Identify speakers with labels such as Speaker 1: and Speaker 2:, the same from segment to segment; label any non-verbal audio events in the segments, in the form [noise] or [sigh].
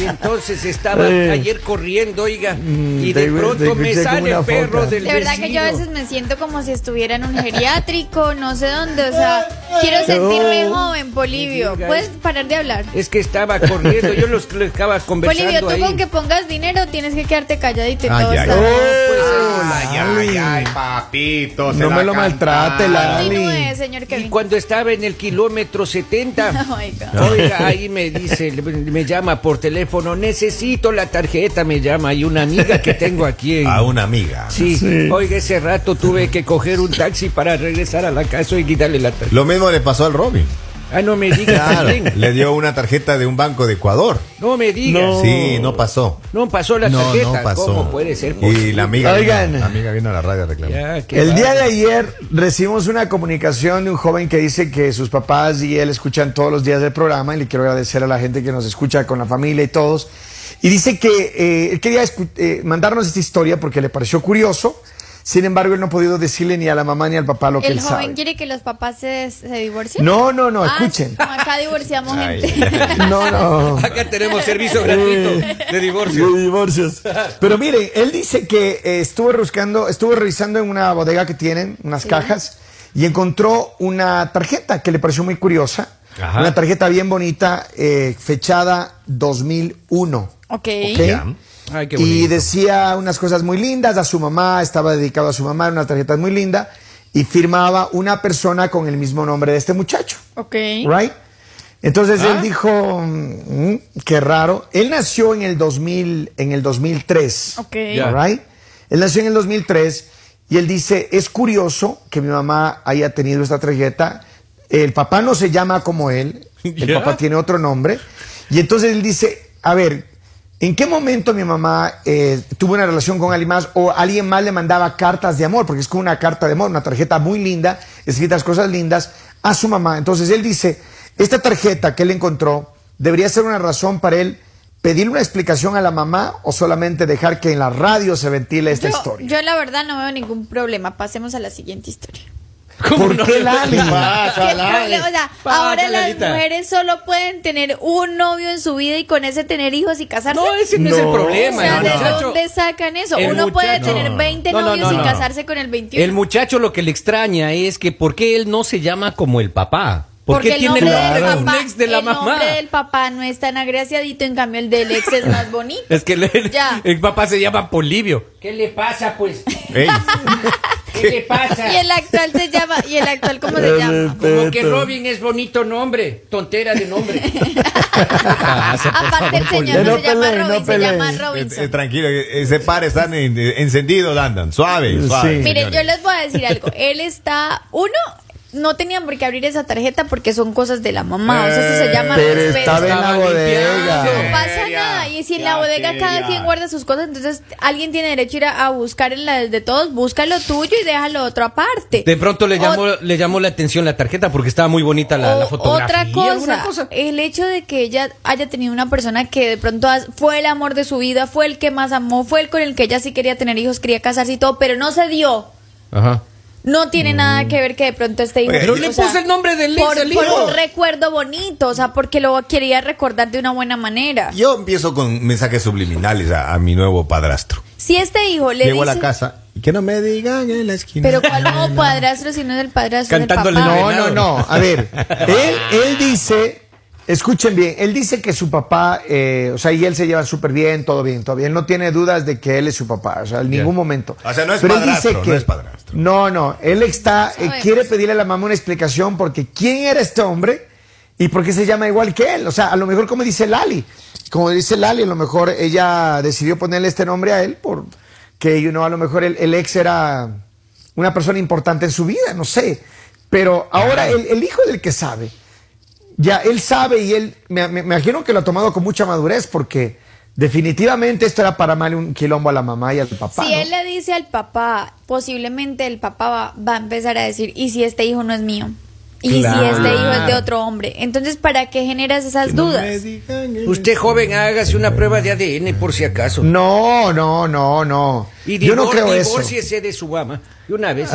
Speaker 1: entonces estaba [laughs] ayer corriendo, oiga, y Eh. Mm, de, pronto me sale el perro del
Speaker 2: De verdad que yo a
Speaker 1: vecino.
Speaker 2: veces me siento como si estuviera en un geriátrico, no sé dónde, o sea, quiero sentirme joven, Polivio.
Speaker 1: digas.
Speaker 2: Puedes parar de hablar.
Speaker 1: Es que estaba corriendo, yo los lo estaba
Speaker 2: Polivio,
Speaker 1: conversando
Speaker 2: tú
Speaker 1: ahí.
Speaker 2: con que pongas dinero tienes que quedarte calladito y
Speaker 3: Ah,
Speaker 4: Ay,
Speaker 2: todo
Speaker 4: ay,
Speaker 2: está
Speaker 4: ay.
Speaker 2: bien.
Speaker 3: Eh,
Speaker 2: [laughs]
Speaker 1: Pues,
Speaker 4: Ay, ay, ay, papito. se
Speaker 3: No
Speaker 4: la
Speaker 3: me lo maltrate,
Speaker 4: cantaron.
Speaker 3: Lali.
Speaker 2: Continúe, señor
Speaker 1: y
Speaker 2: Kevin. [laughs] Oh
Speaker 1: cuando estaba en el kilómetro 70,
Speaker 2: Oiga.
Speaker 1: Oiga, ahí me dice, me llama por teléfono, necesito la tarjeta, me llama, y una amiga que tengo aquí. en-
Speaker 4: A Ah, una amiga.
Speaker 1: Sí, oiga, ese rato tuve que coger un taxi para regresar a la casa y quitarle la tarjeta.
Speaker 4: Lo mismo le pasó al Robin.
Speaker 1: Ah, no me digas,
Speaker 4: Claro,
Speaker 1: también.
Speaker 4: le dio una tarjeta de un banco de Ecuador.
Speaker 1: no me digas. No.
Speaker 4: Sí, no pasó.
Speaker 1: pasó la
Speaker 4: No,
Speaker 1: tarjeta.
Speaker 4: no pasó.
Speaker 1: ¿Cómo puede ser
Speaker 4: Y la amiga,
Speaker 3: Oigan.
Speaker 4: vino, la amiga vino a la radio a reclamar.
Speaker 1: Ya, qué
Speaker 3: El día de
Speaker 1: bárbaro.
Speaker 3: ayer recibimos una comunicación de un joven que dice que sus papás y él escuchan todos los días del programa y le quiero agradecer a la gente que nos escucha con la familia y todos. Y dice que eh, él quería escu- eh, mandarnos esta historia porque le pareció curioso, sin embargo él no ha podido decirle ni a la mamá ni al papá lo que
Speaker 2: El
Speaker 3: él
Speaker 2: joven
Speaker 3: sabe.
Speaker 2: quiere que los papás se, se divorcien.
Speaker 3: No, no, no,
Speaker 2: Ah,
Speaker 3: escuchen.
Speaker 2: como acá divorciamos [laughs]
Speaker 4: Ay,
Speaker 2: gente.
Speaker 3: No, no.
Speaker 1: Acá tenemos servicio gratuito de
Speaker 4: [laughs]
Speaker 1: divorcio.
Speaker 3: De divorcios. Pero miren, él dice que eh, estuvo buscando, estuvo revisando en una bodega que tienen, unas cajas, y encontró una tarjeta que le pareció muy curiosa.
Speaker 4: Ajá.
Speaker 3: Una tarjeta bien bonita, eh, fechada 2001.
Speaker 2: Ok.
Speaker 3: ¿ok?
Speaker 4: Ya.
Speaker 1: Ay, qué
Speaker 3: y
Speaker 1: bonito.
Speaker 3: decía unas cosas muy lindas a su mamá, estaba dedicado a su mamá, era una tarjeta muy linda, y firmaba una persona con el mismo nombre de este muchacho.
Speaker 2: Ok. Ah.
Speaker 3: Right? Entonces él dijo, "Mm, qué raro. Él nació en el 2000, en el 2003.
Speaker 2: Ok.
Speaker 1: Ya.
Speaker 3: Right? Él nació en el 2003 y él dice, es curioso que mi mamá haya tenido esta tarjeta. El papá no se llama como él, el
Speaker 1: Ya.
Speaker 3: papá tiene otro nombre. Y entonces él dice, a ver, ¿en qué momento mi mamá eh, tuvo una relación con alguien más o alguien más le mandaba cartas de amor? Porque es como una carta de amor, una tarjeta muy linda, escritas cosas lindas, a su mamá. Entonces él dice, esta tarjeta que él encontró debería ser una razón para él pedirle una explicación a la mamá o solamente dejar que en la radio se ventile esta
Speaker 2: Yo,
Speaker 3: historia.
Speaker 2: yo la verdad no veo ningún problema. Pasemos a la siguiente historia.
Speaker 3: ¿Por qué Lali?
Speaker 2: [laughs] ¿Qué problema? O sea,
Speaker 1: Pasa,
Speaker 2: ahora las
Speaker 1: Lalita.
Speaker 2: mujeres solo pueden tener un novio en su vida y con ese tener hijos y casarse.
Speaker 1: No, ese no, es el
Speaker 3: No.
Speaker 2: o
Speaker 1: problema.
Speaker 2: sea,
Speaker 1: el
Speaker 2: ¿de
Speaker 1: muchacho-
Speaker 2: dónde sacan eso?
Speaker 1: El
Speaker 2: Uno puede
Speaker 1: muchacho-
Speaker 2: tener 20
Speaker 1: No, no,
Speaker 2: novios
Speaker 1: no,
Speaker 2: y
Speaker 1: no.
Speaker 2: casarse con el 21.
Speaker 5: El muchacho lo que le extraña es que por qué él no se llama como el papá. ¿Por
Speaker 2: porque
Speaker 5: qué
Speaker 2: el
Speaker 5: tiene
Speaker 2: nombre
Speaker 5: el nombre
Speaker 2: del
Speaker 5: de un
Speaker 2: papá,
Speaker 5: ex de la
Speaker 2: el
Speaker 5: mamá?
Speaker 2: nombre del papá no es tan agraciadito, en cambio el del ex es más bonito.
Speaker 1: [laughs]
Speaker 5: Es que el,
Speaker 2: Ya.
Speaker 5: el papá se llama Polibio.
Speaker 1: ¿Qué le pasa, pues?
Speaker 2: [laughs]
Speaker 4: Ey,
Speaker 1: ¿Qué le pasa?
Speaker 2: Y el actual se llama, y el actual
Speaker 3: [laughs]
Speaker 2: cómo se llama?
Speaker 1: Como que Robin es bonito nombre, tontera de nombre.
Speaker 3: Ah,
Speaker 2: Aparte el señor no,
Speaker 3: Polibio.
Speaker 2: se llama
Speaker 3: No peleen,
Speaker 2: Robin, se
Speaker 3: Este, no
Speaker 2: llama
Speaker 4: eh,
Speaker 2: Robinson.
Speaker 4: eh, tranquilo, eh, ese par están en- eh, encendidos, andan. Suave, suave.
Speaker 3: Sí.
Speaker 2: Miren, yo
Speaker 4: señores.
Speaker 2: les voy a decir algo. Él está, uno, no tenían por qué abrir esa tarjeta porque son cosas de la mamá. O sea, eso se llama
Speaker 5: Eh,
Speaker 3: Pero
Speaker 2: respeto.
Speaker 3: estaba en la
Speaker 5: Estaba
Speaker 3: bodega.
Speaker 2: No pasa nada. Y si en la bodega cada quien guarda sus cosas, entonces alguien tiene derecho a ir a, a buscar en la de todos. Busca lo tuyo y deja lo otro aparte.
Speaker 5: De pronto le
Speaker 2: O-
Speaker 5: llamó, le llamó la atención la tarjeta porque estaba muy bonita la, la
Speaker 2: o-
Speaker 5: fotografía.
Speaker 2: otra
Speaker 5: alguna
Speaker 2: cosa,
Speaker 5: cosa.
Speaker 2: el hecho de que ella haya tenido una persona que de pronto has- fue el amor de su vida, fue el que más amó, fue el con el que ella sí quería tener hijos, quería casarse y todo, pero no se dio.
Speaker 5: Ajá.
Speaker 2: No tiene nada que ver que de pronto esté hijo.
Speaker 4: Oye, Pero le
Speaker 2: O sea,
Speaker 5: puso el nombre del ex
Speaker 2: por,
Speaker 5: al
Speaker 2: por
Speaker 5: hijo.
Speaker 2: un recuerdo bonito, o sea, porque lo quería recordar de una buena manera.
Speaker 4: Yo empiezo con mensajes subliminales a, a mi nuevo padrastro.
Speaker 2: Si este hijo le
Speaker 4: Llego
Speaker 2: dice,
Speaker 4: a la casa y que no me digan en la esquina.
Speaker 2: pero cuál no padrastro si no es el padrastro del papá.
Speaker 5: Cantándole
Speaker 3: No, no,
Speaker 5: Venado.
Speaker 3: no. A ver, él, él dice, escuchen bien, él dice que su papá, eh, o sea, y él se llevan súper bien, todo bien, todo bien. Él no tiene dudas de que él es su papá, o sea, en ningún momento.
Speaker 4: O sea, no es
Speaker 3: él dice
Speaker 4: padrastro, no es padrastro.
Speaker 3: No, no, él está, eh,
Speaker 2: Sabemos.
Speaker 3: quiere pedirle a la mamá una explicación porque quién era este hombre y por qué se llama igual que él. O sea, a lo mejor como dice Lali, como dice Lali, a lo mejor ella decidió ponerle este nombre a él por que, you know, a lo mejor el, el ex era una persona importante en su vida, no sé. Pero ahora el, el hijo del que sabe, ya él sabe y él, me, me- me imagino que lo ha tomado con mucha madurez porque definitivamente esto era para mal un quilombo a la mamá y al papá.
Speaker 2: Si
Speaker 3: ¿no?
Speaker 2: él le dice al papá, posiblemente el papá va, va a empezar a decir, ¿y si este hijo no es mío? Y
Speaker 1: Claro.
Speaker 2: si este hijo es de otro hombre. Entonces, ¿para qué generas esas dudas?
Speaker 1: Usted joven, hágase una prueba de ADN por si acaso.
Speaker 3: No, no, no, no.
Speaker 1: Y
Speaker 3: Mm. Yo no
Speaker 1: divor-
Speaker 3: creo eso.
Speaker 1: divórciese de su mamá. De una vez.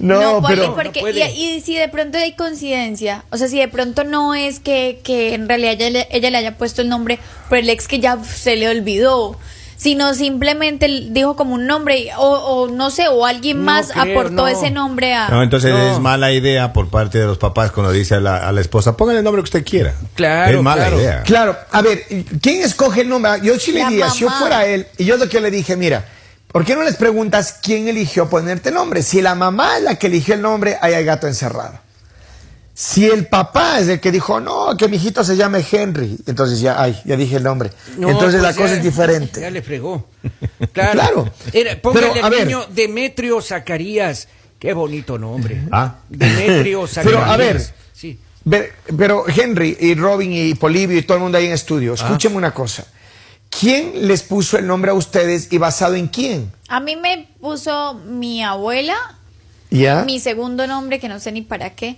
Speaker 3: No,
Speaker 2: puede,
Speaker 3: pero
Speaker 1: No
Speaker 2: porque-
Speaker 1: puede.
Speaker 2: Y, y si de pronto hay coincidencia, o sea, si de pronto no es que, que en realidad ella, le- ella le haya puesto el nombre por el ex que ya se le olvidó, sino simplemente dijo como un nombre y- o, o no sé, o alguien
Speaker 1: No
Speaker 2: más
Speaker 1: creo,
Speaker 2: aportó
Speaker 1: no.
Speaker 2: ese nombre a...
Speaker 4: No, entonces
Speaker 1: Ah, No.
Speaker 4: es mala idea por parte de los papás cuando dice a la, a la esposa, póngale el nombre que usted quiera.
Speaker 1: Claro,
Speaker 4: Es mala
Speaker 1: claro.
Speaker 4: idea.
Speaker 3: Claro, a ver, ¿quién escoge el nombre? Yo sí le
Speaker 2: La
Speaker 3: diría, si yo
Speaker 2: mamá.
Speaker 3: fuera él, y yo lo que le dije, mira, ¿por qué no les preguntas quién eligió ponerte el nombre? Si la mamá es la que eligió el nombre, ahí hay gato encerrado. Si el papá es el que dijo, no, que mi hijito se llame Henry, entonces ya, ay, ya dije el nombre.
Speaker 1: No,
Speaker 3: entonces la
Speaker 1: pues
Speaker 3: cosa
Speaker 1: ya-
Speaker 3: es
Speaker 1: Ya
Speaker 3: diferente.
Speaker 1: le fregó. Claro.
Speaker 3: Claro.
Speaker 1: Era- póngale
Speaker 3: Pero, a
Speaker 1: al
Speaker 3: ver.
Speaker 1: niño Demetrio Zacarías. Qué bonito nombre.
Speaker 4: Ah.
Speaker 1: Demetrio Zacarías.
Speaker 3: Pero, a ver.
Speaker 1: Sí.
Speaker 3: Ve- Pero Henry y Robin y Polivio y todo el mundo ahí en estudio, escúchenme una cosa. ¿Quién les puso el nombre a ustedes y basado en quién?
Speaker 2: A mí me puso mi abuela,
Speaker 3: ¿Ya?
Speaker 2: mi segundo nombre, que no sé ni para qué,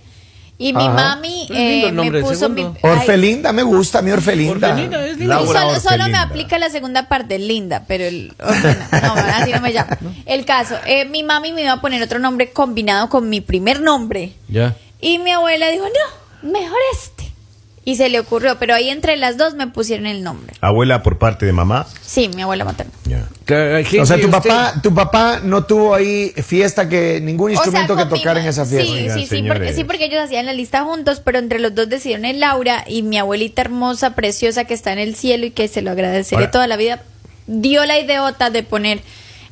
Speaker 2: y mi
Speaker 3: Ajá.
Speaker 2: mami
Speaker 5: Pero es lindo
Speaker 2: eh,
Speaker 5: el
Speaker 2: me
Speaker 5: nombre,
Speaker 2: puso mi...
Speaker 5: segundo.
Speaker 2: ay,
Speaker 3: Orfelinda, me gusta, mi Orfelinda.
Speaker 5: Orfelinda es
Speaker 2: Y
Speaker 5: lindo.
Speaker 4: Laura oh,
Speaker 2: solo, solo me
Speaker 4: Orfelinda.
Speaker 2: aplica la segunda parte, linda, pero el. oh, No, no, así no me
Speaker 3: [laughs]
Speaker 2: llama. El caso, eh, mi mami me iba a poner otro nombre combinado con mi primer nombre.
Speaker 5: Ya.
Speaker 2: Y mi abuela dijo, no, mejor este. Y se le ocurrió, pero ahí entre las dos me pusieron el nombre.
Speaker 4: Abuela por parte de mamá.
Speaker 2: Sí, mi abuela materna.
Speaker 4: Ya.
Speaker 1: Claro, hay gente-
Speaker 3: O sea, tu
Speaker 1: usted-
Speaker 3: papá, tu papá no tuvo ahí fiesta que ningún
Speaker 2: O sea,
Speaker 3: instrumento que
Speaker 2: con mi
Speaker 3: tocar en
Speaker 2: ma-
Speaker 3: esa fiesta.
Speaker 2: Sí,
Speaker 4: Oigan,
Speaker 2: sí, sí porque,
Speaker 4: señores.
Speaker 2: sí, porque ellos hacían la lista juntos, pero entre los dos decidieron el Laura y mi abuelita hermosa, preciosa, que está en el cielo y que se lo agradeceré
Speaker 4: Ahora-
Speaker 2: toda la vida, dio la idiota de poner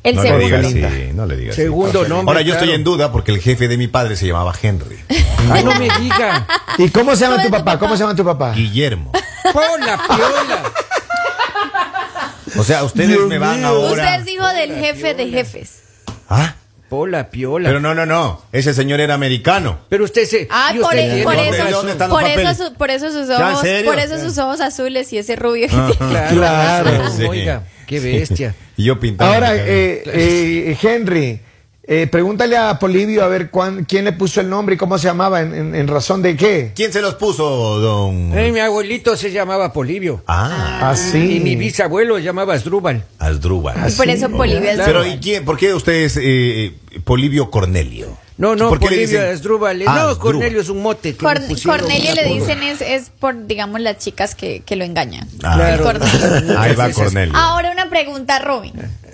Speaker 2: el
Speaker 4: no le
Speaker 2: segundo.
Speaker 4: digas así,
Speaker 3: Orfelinda.
Speaker 4: no le digas así.
Speaker 1: Segundo
Speaker 4: Orfelinda.
Speaker 1: nombre,
Speaker 4: Ahora yo estoy
Speaker 1: claro.
Speaker 4: en duda porque el jefe de mi padre se llamaba
Speaker 2: [laughs]
Speaker 4: Henry.
Speaker 1: [laughs] Ah, no me diga.
Speaker 3: ¿Y cómo se llama
Speaker 2: ¿Cómo
Speaker 3: tu
Speaker 2: es tu
Speaker 3: papá? ¿Cómo
Speaker 2: papá?
Speaker 3: se llama tu papá?
Speaker 4: Guillermo.
Speaker 1: Pola, piola.
Speaker 4: O sea, ustedes
Speaker 3: Dios
Speaker 4: me van
Speaker 3: mío.
Speaker 4: ahora.
Speaker 2: Usted es hijo del jefe de jefes.
Speaker 4: Ah,
Speaker 1: Pola, piola.
Speaker 4: pero no, no, no. Ese señor era americano.
Speaker 1: Pero usted se.
Speaker 2: Ah,
Speaker 1: y
Speaker 2: por,
Speaker 1: usted
Speaker 2: e-
Speaker 1: tiene
Speaker 2: por
Speaker 4: ¿Dónde-
Speaker 1: razón.
Speaker 2: eso,
Speaker 4: dónde están los
Speaker 2: por, eso
Speaker 4: papeles?
Speaker 2: su- por eso sus
Speaker 4: ¿Ya, Ah, en
Speaker 2: ojos,
Speaker 4: serio?
Speaker 2: por eso sus ojos azules y ese rubio.
Speaker 1: Claro.
Speaker 3: Claro.
Speaker 1: Sí. Oiga, qué bestia.
Speaker 4: [laughs] Y yo pintaba.
Speaker 3: Ahora,
Speaker 4: mi cabello.
Speaker 3: eh, eh, Henry, eh, pregúntale a Polivio a ver cuán- quién le puso el nombre y cómo se llamaba, en, en- en razón de qué.
Speaker 4: ¿Quién se los puso, don?
Speaker 1: Eh, mi abuelito se llamaba Polibio.
Speaker 4: Ah,
Speaker 1: Y mi
Speaker 3: Así.
Speaker 1: bisabuelo se llamaba Asdrúbal.
Speaker 2: [laughs]
Speaker 4: Asdrúbal.
Speaker 1: Ah,
Speaker 2: Y por eso Polibio es
Speaker 4: Pero,
Speaker 2: rubio.
Speaker 4: ¿y quién? ¿Por qué usted es eh, Polibio Cornelio?
Speaker 1: No, no,
Speaker 4: ¿Por qué le
Speaker 1: Polibio
Speaker 4: dicen-
Speaker 1: Asdrúbal. eh,
Speaker 4: Ah,
Speaker 1: no,
Speaker 4: Asdrúbal.
Speaker 1: Cornelio es un mote. que
Speaker 2: Corn-
Speaker 1: le pusieron.
Speaker 2: Cornelio le dicen es, es por, digamos, las chicas que, que lo engañan.
Speaker 4: Ah,
Speaker 1: Claro.
Speaker 2: Cornelio.
Speaker 4: Ahí va Cornelio.
Speaker 2: Ahora una pregunta, Robin.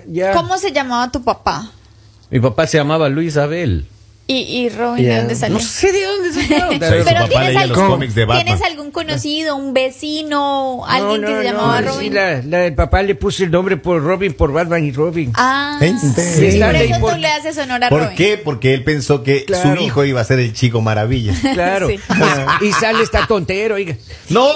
Speaker 1: Ya.
Speaker 2: ¿Cómo se llamaba tu papá?
Speaker 5: Mi papá se llamaba Luis Abel.
Speaker 2: Y, y Robin,
Speaker 3: Ya.
Speaker 2: ¿de dónde salió?
Speaker 5: No sé de dónde
Speaker 2: [laughs]
Speaker 5: salió.
Speaker 4: O sea,
Speaker 2: Pero
Speaker 4: su papá
Speaker 2: tienes
Speaker 4: leía los
Speaker 3: algún-
Speaker 4: cómics de Batman.
Speaker 2: ¿Tienes algún conocido, un vecino,
Speaker 1: No,
Speaker 2: alguien que
Speaker 1: no,
Speaker 2: se llamaba
Speaker 1: no, sí,
Speaker 2: Robin?
Speaker 1: la, la- el papá le puso el nombre por Robin, por Batman y Robin.
Speaker 2: Ah,
Speaker 4: Gente.
Speaker 2: sí,
Speaker 1: Sí,
Speaker 2: por
Speaker 1: dale,
Speaker 2: eso
Speaker 1: por-
Speaker 2: tú le haces honor a
Speaker 4: ¿Por
Speaker 2: Robin.
Speaker 4: qué? Porque él pensó que
Speaker 1: Claro.
Speaker 4: su hijo iba a ser el
Speaker 2: [laughs]
Speaker 4: chico maravilla.
Speaker 3: [laughs]
Speaker 1: Claro.
Speaker 2: Sí.
Speaker 1: Pues, y sale esta tontero, oiga.
Speaker 4: ¡No!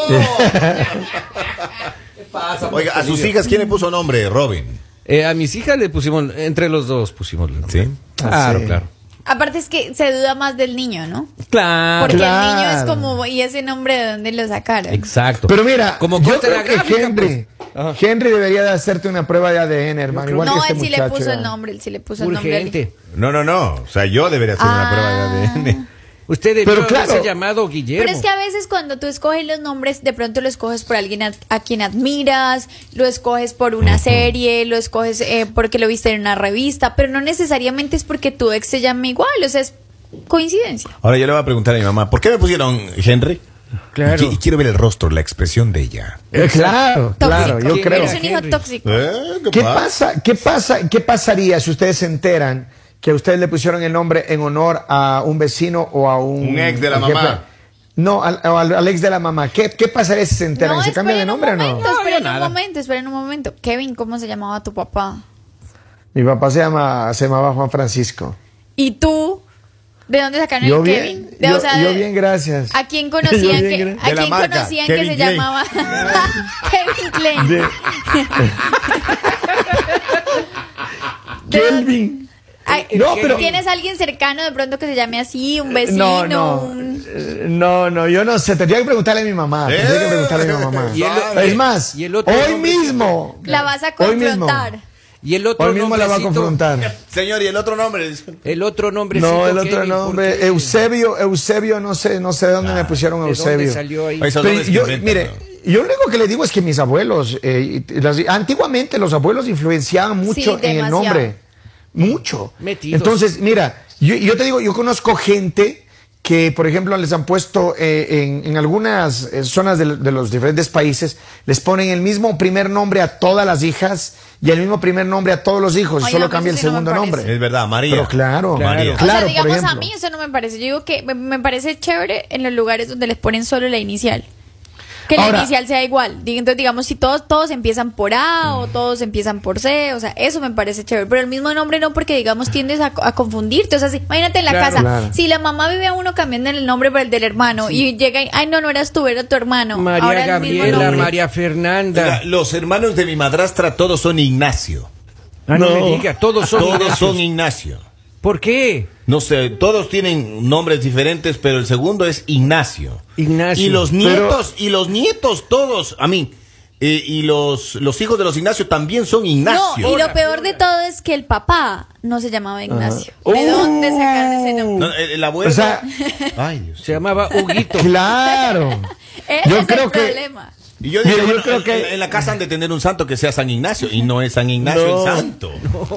Speaker 4: Oiga, a sus hijas, ¿quién le puso nombre? Robin.
Speaker 5: Eh, a mis hijas le pusimos, entre los dos pusimos el nombre.
Speaker 4: Sí.
Speaker 5: Claro,
Speaker 3: Ah, sí.
Speaker 5: claro.
Speaker 2: Aparte es que se duda más del niño, ¿no?
Speaker 5: Claro.
Speaker 2: Porque
Speaker 3: Ah, Claro.
Speaker 2: el niño es como, ¿y ese nombre de dónde lo sacaron?
Speaker 5: Exacto.
Speaker 3: Pero mira,
Speaker 5: como
Speaker 3: yo
Speaker 5: corte
Speaker 3: creo
Speaker 5: la
Speaker 3: que
Speaker 5: gráfica,
Speaker 3: Henry,
Speaker 5: pues. Ajá.
Speaker 3: Henry debería de hacerte una prueba de ADN, hermano. Igual
Speaker 2: No,
Speaker 3: que
Speaker 2: él
Speaker 3: este
Speaker 2: sí le
Speaker 3: muchacho,
Speaker 2: puso el
Speaker 3: ¿verdad?
Speaker 2: nombre, él sí le puso el nombre. al-
Speaker 1: Urgente.
Speaker 4: No, no, no. O sea, yo debería hacer una
Speaker 2: Ah.
Speaker 4: prueba de ADN.
Speaker 1: Usted debió
Speaker 3: Pero claro.
Speaker 1: haberse llamado Guillermo.
Speaker 2: Pero es que a veces cuando tú escoges los nombres, de pronto lo escoges por alguien a, a quien admiras, lo escoges por una serie, lo escoges eh, porque lo viste en una revista, pero no necesariamente es porque tu ex se llama igual, o sea, es coincidencia.
Speaker 4: Ahora yo le voy a preguntar a mi mamá, ¿por qué me pusieron Henry?
Speaker 1: Claro.
Speaker 4: Y, qui- y quiero ver el rostro, la expresión de ella.
Speaker 3: Eh, claro, claro,
Speaker 2: Tóxico.
Speaker 3: yo
Speaker 1: ¿Quién
Speaker 3: creo.
Speaker 2: Eres un hijo
Speaker 1: Henry.
Speaker 2: tóxico.
Speaker 4: ¿Eh?
Speaker 3: ¿Qué pasa? ¿Qué pasa? ¿Qué pasaría si ustedes se enteran que a ustedes le pusieron el nombre en honor a un vecino o a un,
Speaker 4: Un ex de la
Speaker 3: jefe?
Speaker 4: mamá.
Speaker 3: No, al, o al- al ex de la mamá. ¿Qué, qué pasaría si se enteran? ¿Se cambia de
Speaker 2: esperen un
Speaker 3: nombre o no?
Speaker 2: momento,
Speaker 5: No,
Speaker 2: esperen
Speaker 5: yo
Speaker 2: un
Speaker 5: nada.
Speaker 2: momento, esperen un momento. Kevin, ¿cómo se llamaba tu papá?
Speaker 3: Mi papá se llama se llamaba Juan Francisco.
Speaker 2: ¿Y tú? ¿De dónde sacaron
Speaker 3: Yo
Speaker 2: el
Speaker 3: bien,
Speaker 2: Kevin? De-
Speaker 3: yo,
Speaker 2: o sea,
Speaker 3: yo
Speaker 2: de-
Speaker 3: bien, gracias.
Speaker 2: ¿A quién
Speaker 3: [laughs] Yo
Speaker 2: conocían
Speaker 3: bien,
Speaker 2: que,
Speaker 3: gracias.
Speaker 2: a
Speaker 4: De la
Speaker 2: quién
Speaker 4: marca,
Speaker 2: conocían que
Speaker 4: Kevin
Speaker 2: se
Speaker 4: Klein.
Speaker 2: llamaba [laughs] Kevin [laughs] Klein?
Speaker 3: De- Kelvin.
Speaker 2: Ay,
Speaker 3: No, pero- Eh,
Speaker 2: ¿Tienes alguien cercano de pronto que se llame así? ¿Un
Speaker 3: No,
Speaker 2: vecino?
Speaker 3: no,
Speaker 2: un-
Speaker 3: eh, no, no, yo no sé, tendría que preguntarle a mi mamá, tendría que preguntarle a mi mamá.
Speaker 1: Eh. Y el-
Speaker 3: [laughs] es más,
Speaker 1: y el otro
Speaker 3: hoy
Speaker 1: nombre-
Speaker 3: mismo,
Speaker 2: La vas a
Speaker 3: hoy mismo.
Speaker 2: confrontar.
Speaker 1: Y el otro
Speaker 3: Hoy mismo la va a
Speaker 1: nombrecito-
Speaker 3: confrontar.
Speaker 4: Señor, y el otro nombre. Disculpe.
Speaker 1: El otro nombre.
Speaker 3: No, el otro nombre, Eusebio, Eusebio, no sé, no sé de dónde me pusieron
Speaker 1: Ah, ¿De dónde
Speaker 3: Eusebio.
Speaker 1: salió ahí?
Speaker 4: Ahí Esos
Speaker 3: Pero
Speaker 4: nombres que
Speaker 3: yo,
Speaker 4: inventan,
Speaker 3: mire, yo lo único que le digo es que mis abuelos, eh, y- y las- antiguamente los abuelos influenciaban mucho en
Speaker 2: demasiado.
Speaker 3: el nombre. Mucho.
Speaker 1: Metidos.
Speaker 3: Entonces, mira, yo, yo te digo, yo conozco gente que, por ejemplo, les han puesto eh, en, en algunas eh, zonas del- de, los diferentes países, les ponen el mismo primer nombre a todas las hijas y el mismo primer nombre a todos los hijos,
Speaker 2: Ay,
Speaker 3: y solo
Speaker 2: no,
Speaker 3: cambia el
Speaker 2: eso sí no me
Speaker 3: segundo
Speaker 2: parece.
Speaker 3: nombre.
Speaker 4: Es verdad, María.
Speaker 3: Pero claro,
Speaker 4: María.
Speaker 3: claro,
Speaker 2: o sea,
Speaker 3: por
Speaker 2: digamos a
Speaker 3: ejemplo.
Speaker 2: mí eso no me parece. Yo digo que me, me parece chévere en los lugares donde les ponen solo la inicial. Que la
Speaker 3: Ahora-
Speaker 2: inicial sea igual. Dig- Entonces, digamos, si todos, todos empiezan por A
Speaker 3: Mm.
Speaker 2: o todos empiezan por C, o sea, eso me parece chévere. Pero el mismo nombre no, porque, digamos, tiendes a, co- a confundirte. O sea, si- imagínate en la
Speaker 1: Claro.
Speaker 2: casa,
Speaker 3: Claro.
Speaker 2: si la mamá vive a uno cambiando el nombre por el del hermano y llega y, ay, no, no eras tú, era tu hermano.
Speaker 1: María
Speaker 2: Ahora el mismo
Speaker 1: Gabriela,
Speaker 2: nombre.
Speaker 1: María Fernanda.
Speaker 4: Oiga, los hermanos de mi madrastra todos son Ignacio.
Speaker 1: Ah, no, me diga, todos son.
Speaker 4: Todos
Speaker 1: Ignacios.
Speaker 4: son Ignacio.
Speaker 1: ¿Por qué?
Speaker 4: No sé, todos tienen nombres diferentes, pero el segundo es Ignacio.
Speaker 1: Ignacio.
Speaker 4: Y los
Speaker 3: Pero-
Speaker 4: nietos, y los nietos todos, a mí, eh, y los, los hijos de los Ignacio también son
Speaker 2: No,
Speaker 4: Ignacio.
Speaker 2: y lo peor de todo es que el papá no se llamaba Ignacio. ¿De
Speaker 3: Oh.
Speaker 2: dónde sacaron ese nombre?
Speaker 4: No, el, el abuelo.
Speaker 3: O sea-
Speaker 4: Ay, Dios.
Speaker 1: Se llamaba Huguito.
Speaker 3: Claro.
Speaker 2: Ese
Speaker 3: Yo
Speaker 2: es
Speaker 3: creo
Speaker 2: el
Speaker 3: que-
Speaker 2: problema.
Speaker 4: Y yo
Speaker 3: Mira,
Speaker 4: digo,
Speaker 3: yo
Speaker 4: bueno,
Speaker 3: creo
Speaker 4: en-
Speaker 3: que-
Speaker 4: en la casa han de tener un santo que sea San Ignacio, y no es San Ignacio
Speaker 3: No.
Speaker 4: el santo.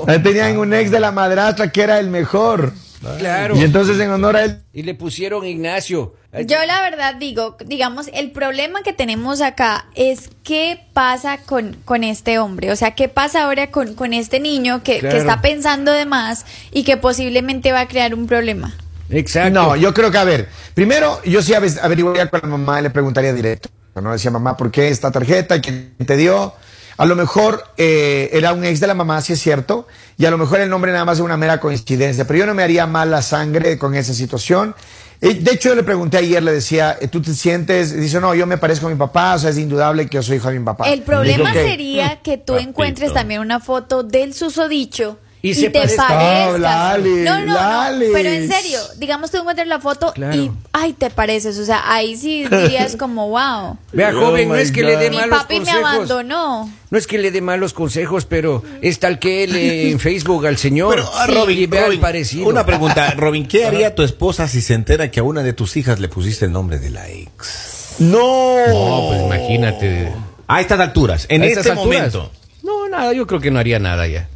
Speaker 3: Ahí tenían un ex de la madrastra que era el mejor.
Speaker 1: Claro.
Speaker 3: Y entonces en honor a él.
Speaker 1: Y le pusieron Ignacio.
Speaker 2: Yo la verdad digo, digamos, el problema que tenemos acá es qué pasa con, con este hombre, o sea, qué pasa ahora con, con este niño que, que
Speaker 1: Claro.
Speaker 2: está pensando de más y que posiblemente va a crear un problema.
Speaker 1: Exacto.
Speaker 3: No, yo creo que, a ver, primero yo sí aves- averiguaría con la mamá y le preguntaría directo. No decía, mamá, ¿por qué esta tarjeta? ¿Quién te dio? A lo mejor eh, era un ex de la mamá, si es cierto, y a lo mejor el nombre nada más es una mera coincidencia, pero yo no me haría mala sangre con esa situación. Eh, De hecho, yo le pregunté ayer, le decía, eh, ¿tú te sientes? Y Dice, no, yo me parezco a mi papá, o sea, es indudable que yo soy hijo de mi papá.
Speaker 2: El problema
Speaker 3: Dije, "Ok".
Speaker 2: sería que tú
Speaker 4: Papito.
Speaker 2: encuentres también una foto del susodicho
Speaker 1: Y
Speaker 2: y,
Speaker 1: se
Speaker 2: te
Speaker 1: parezca.
Speaker 2: parezcas.
Speaker 3: No, Lali,
Speaker 2: no, no,
Speaker 3: Lali.
Speaker 2: no, pero en serio, digamos tú encuentras la foto
Speaker 1: Claro.
Speaker 2: y ay, te pareces, o sea, ahí sí dirías como wow.
Speaker 1: Vea,
Speaker 3: Oh
Speaker 1: joven, no
Speaker 3: my
Speaker 1: es que le dé
Speaker 3: God.
Speaker 2: Mi
Speaker 1: malos
Speaker 2: papi
Speaker 1: consejos.
Speaker 2: me abandonó.
Speaker 1: No es que le dé malos consejos, pero es tal que él eh, en Facebook al señor.
Speaker 4: Pero, ah,
Speaker 1: Sí, y
Speaker 4: Robin,
Speaker 1: vea el
Speaker 4: Robin,
Speaker 1: parecido.
Speaker 4: una pregunta, Robin, ¿qué haría tu esposa si se entera que a una de tus hijas le pusiste el nombre de la ex?
Speaker 5: No, pues imagínate.
Speaker 4: A estas alturas, en
Speaker 5: A estas
Speaker 4: este
Speaker 5: alturas.
Speaker 4: momento.
Speaker 5: No, nada, yo creo que no haría nada ya.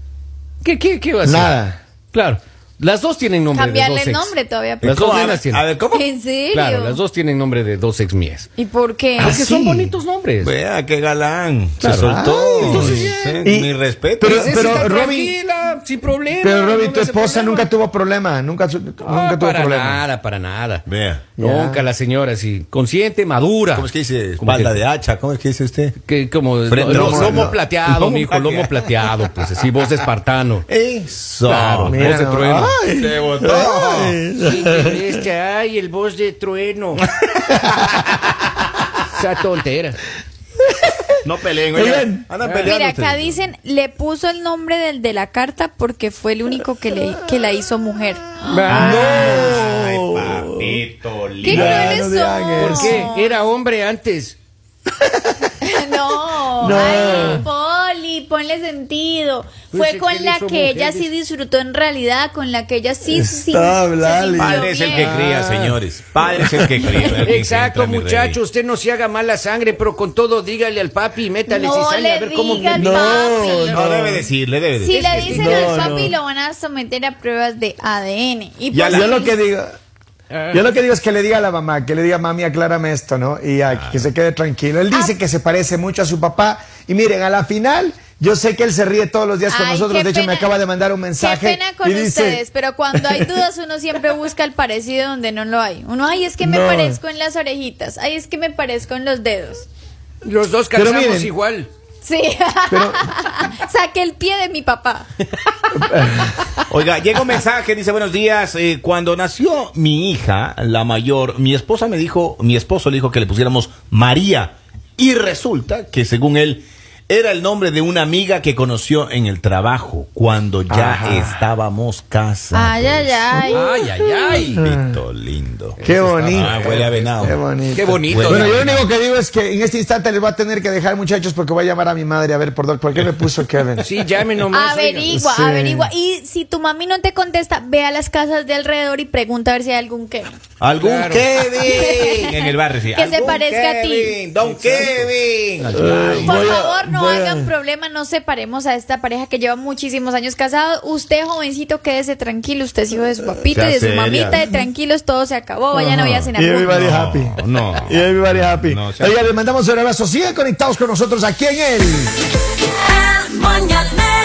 Speaker 5: ¿Qué, qué, qué va a hacer?
Speaker 3: Nada.
Speaker 5: Claro. Las dos tienen nombre de
Speaker 2: Cambiarle
Speaker 5: dos
Speaker 2: el
Speaker 5: ex.
Speaker 2: nombre todavía.
Speaker 5: Las
Speaker 4: ¿Cómo?
Speaker 5: dos
Speaker 4: A
Speaker 5: nenas
Speaker 4: ver,
Speaker 5: tienen.
Speaker 4: A ver, ¿cómo?
Speaker 2: ¿En serio?
Speaker 5: Claro, las dos tienen nombre de dos ex mías.
Speaker 2: ¿Y por qué?
Speaker 1: Ah,
Speaker 4: Ah,
Speaker 5: Porque son
Speaker 3: sí.
Speaker 5: bonitos nombres.
Speaker 4: Vea, qué galán.
Speaker 5: Claro.
Speaker 4: Se soltó.
Speaker 5: Ay, entonces,
Speaker 4: Sí,
Speaker 3: bien.
Speaker 4: Mi
Speaker 3: Y-
Speaker 4: respeto.
Speaker 3: pero-
Speaker 4: Ese-
Speaker 1: Ese está
Speaker 3: Robin-
Speaker 1: tranquila, sin problema.
Speaker 3: Pero Robin,
Speaker 1: no
Speaker 3: tu
Speaker 1: me hace
Speaker 3: esposa
Speaker 1: problema.
Speaker 3: nunca tuvo problema, nunca, su-
Speaker 5: Ah,
Speaker 3: nunca tuvo
Speaker 5: para
Speaker 3: problema.
Speaker 5: nada, para nada.
Speaker 4: Vea.
Speaker 5: Nunca la señora, sí. Consciente, madura.
Speaker 4: ¿Cómo es que dice?
Speaker 5: Como
Speaker 4: Espalda
Speaker 5: que-
Speaker 4: de hacha. ¿Cómo es que dice usted?
Speaker 5: que como lo-
Speaker 4: Frente
Speaker 5: lo-
Speaker 4: rosa,
Speaker 5: lomo
Speaker 4: ¿no?
Speaker 5: plateado,
Speaker 4: Lomo
Speaker 5: mi hijo, lomo plateado, pues así, voz de espartano.
Speaker 4: Eso.
Speaker 5: Claro,
Speaker 3: Mira,
Speaker 5: voz de
Speaker 3: no.
Speaker 5: trueno.
Speaker 3: Ay.
Speaker 4: Se botó.
Speaker 1: Sí, que este, ay, el voz de trueno. [laughs] Esa tontera.
Speaker 4: No peleen,
Speaker 3: Oigan.
Speaker 4: oigan. Andan peleando.
Speaker 2: Mira, acá
Speaker 4: ustedes.
Speaker 2: dicen, le puso el nombre del de la carta porque fue el único que, le, que la hizo mujer.
Speaker 1: Ah,
Speaker 4: Ay, papito
Speaker 2: ¡Qué
Speaker 4: lindo.
Speaker 2: crueles
Speaker 3: no digan
Speaker 2: son!
Speaker 1: ¿Por qué? Era hombre antes.
Speaker 2: [laughs] No,
Speaker 3: No.
Speaker 2: ay, Poli, ponle sentido.
Speaker 1: Pues
Speaker 2: Fue
Speaker 1: es que
Speaker 2: con
Speaker 1: él
Speaker 2: la
Speaker 1: hizo
Speaker 2: que ella
Speaker 1: mujeres.
Speaker 2: sí disfrutó en realidad, con la que ella sí, sí,
Speaker 3: Está,
Speaker 2: se
Speaker 3: Lali.
Speaker 2: sintió
Speaker 4: Padre es el que
Speaker 2: bien.
Speaker 3: Ah.
Speaker 4: cría, señores. Padre es el que cría.
Speaker 1: Exacto, muchacho,
Speaker 4: muchachos.
Speaker 1: usted no se haga mala sangre, pero con todo dígale al papi y métale
Speaker 2: No
Speaker 1: cizaña a
Speaker 2: le
Speaker 1: ver cómo
Speaker 2: diga al
Speaker 1: No,
Speaker 2: papi.
Speaker 4: No debe decirle, debe
Speaker 2: Si
Speaker 4: decir.
Speaker 2: le dicen
Speaker 3: No,
Speaker 2: al
Speaker 3: no.
Speaker 2: papi, lo van a someter a pruebas de ADN. Y
Speaker 4: Ya
Speaker 2: pues,
Speaker 3: Yo lo que digo.
Speaker 4: Eh.
Speaker 3: Yo lo que digo es que le diga a la mamá, que le diga mami, aclárame esto, ¿no? Y ya,
Speaker 4: Ah.
Speaker 3: que se quede tranquilo. Él
Speaker 2: Ah.
Speaker 3: dice que se parece mucho a su papá. Y miren, a la final, yo sé que él se ríe todos los días con
Speaker 2: Ay,
Speaker 3: nosotros.
Speaker 2: qué
Speaker 3: De hecho,
Speaker 2: pena.
Speaker 3: me acaba de mandar un mensaje.
Speaker 2: Qué pena con
Speaker 3: y dice,
Speaker 2: ustedes, pero cuando
Speaker 3: [laughs]
Speaker 2: hay dudas uno siempre busca el parecido donde no lo hay. Uno, ay, es que me
Speaker 3: No.
Speaker 2: parezco en las orejitas, ay, es que me parezco en los dedos.
Speaker 1: Los dos
Speaker 3: Pero
Speaker 1: calzamos
Speaker 3: miren.
Speaker 1: igual.
Speaker 2: Sí,
Speaker 3: Pero-
Speaker 2: [laughs] saqué el pie de mi papá.
Speaker 4: Oiga, llega un mensaje, dice buenos días. eh, cuando nació mi hija, la mayor, mi esposa me dijo, mi esposo le dijo que le pusiéramos María. Y resulta que según él, Era el nombre de una amiga que conoció en el trabajo cuando ya
Speaker 3: Ajá.
Speaker 4: estábamos casados.
Speaker 2: Ay, ay, ay.
Speaker 3: Ah,
Speaker 5: Ay, ay, ay.
Speaker 4: Lindo, lindo.
Speaker 3: Qué
Speaker 4: Eso está-
Speaker 3: bonito.
Speaker 4: Ah, huele a venado.
Speaker 3: Qué bonito.
Speaker 5: Qué bonito.
Speaker 3: Bueno, yo lo
Speaker 5: Bueno,
Speaker 3: único que digo es que en este instante les voy a tener que dejar, muchachos, porque voy a llamar a mi madre a ver por, dónde- por qué me puso Kevin.
Speaker 1: Sí, llame nomás. oiga.
Speaker 2: Averigua,
Speaker 3: Sí.
Speaker 2: averigua. Y si tu mami no te contesta, ve a las casas de alrededor y pregunta a ver si hay algún que.
Speaker 4: Algún
Speaker 1: Claro.
Speaker 4: Kevin en el barrio. sí.
Speaker 2: Que se
Speaker 4: Algún
Speaker 2: parezca a ti.
Speaker 4: Kevin, Don Kevin.
Speaker 2: Por
Speaker 3: Voy a-
Speaker 2: favor, no
Speaker 3: voy a-
Speaker 2: hagan problema, no separemos a esta pareja que lleva muchísimos años casados. Usted, jovencito, quédese tranquilo. Usted es hijo de su papita y de
Speaker 4: Ya
Speaker 2: su
Speaker 4: seria.
Speaker 2: mamita. De tranquilos, todo se acabó. Vayan hoy a cenar.
Speaker 3: Y [laughs] everybody
Speaker 2: juntos.
Speaker 3: happy.
Speaker 4: no.
Speaker 3: Y everybody happy.
Speaker 4: No, sí.
Speaker 3: Oiga, les mandamos un abrazo. Sigan conectados con nosotros aquí en el.
Speaker 6: El mañanero.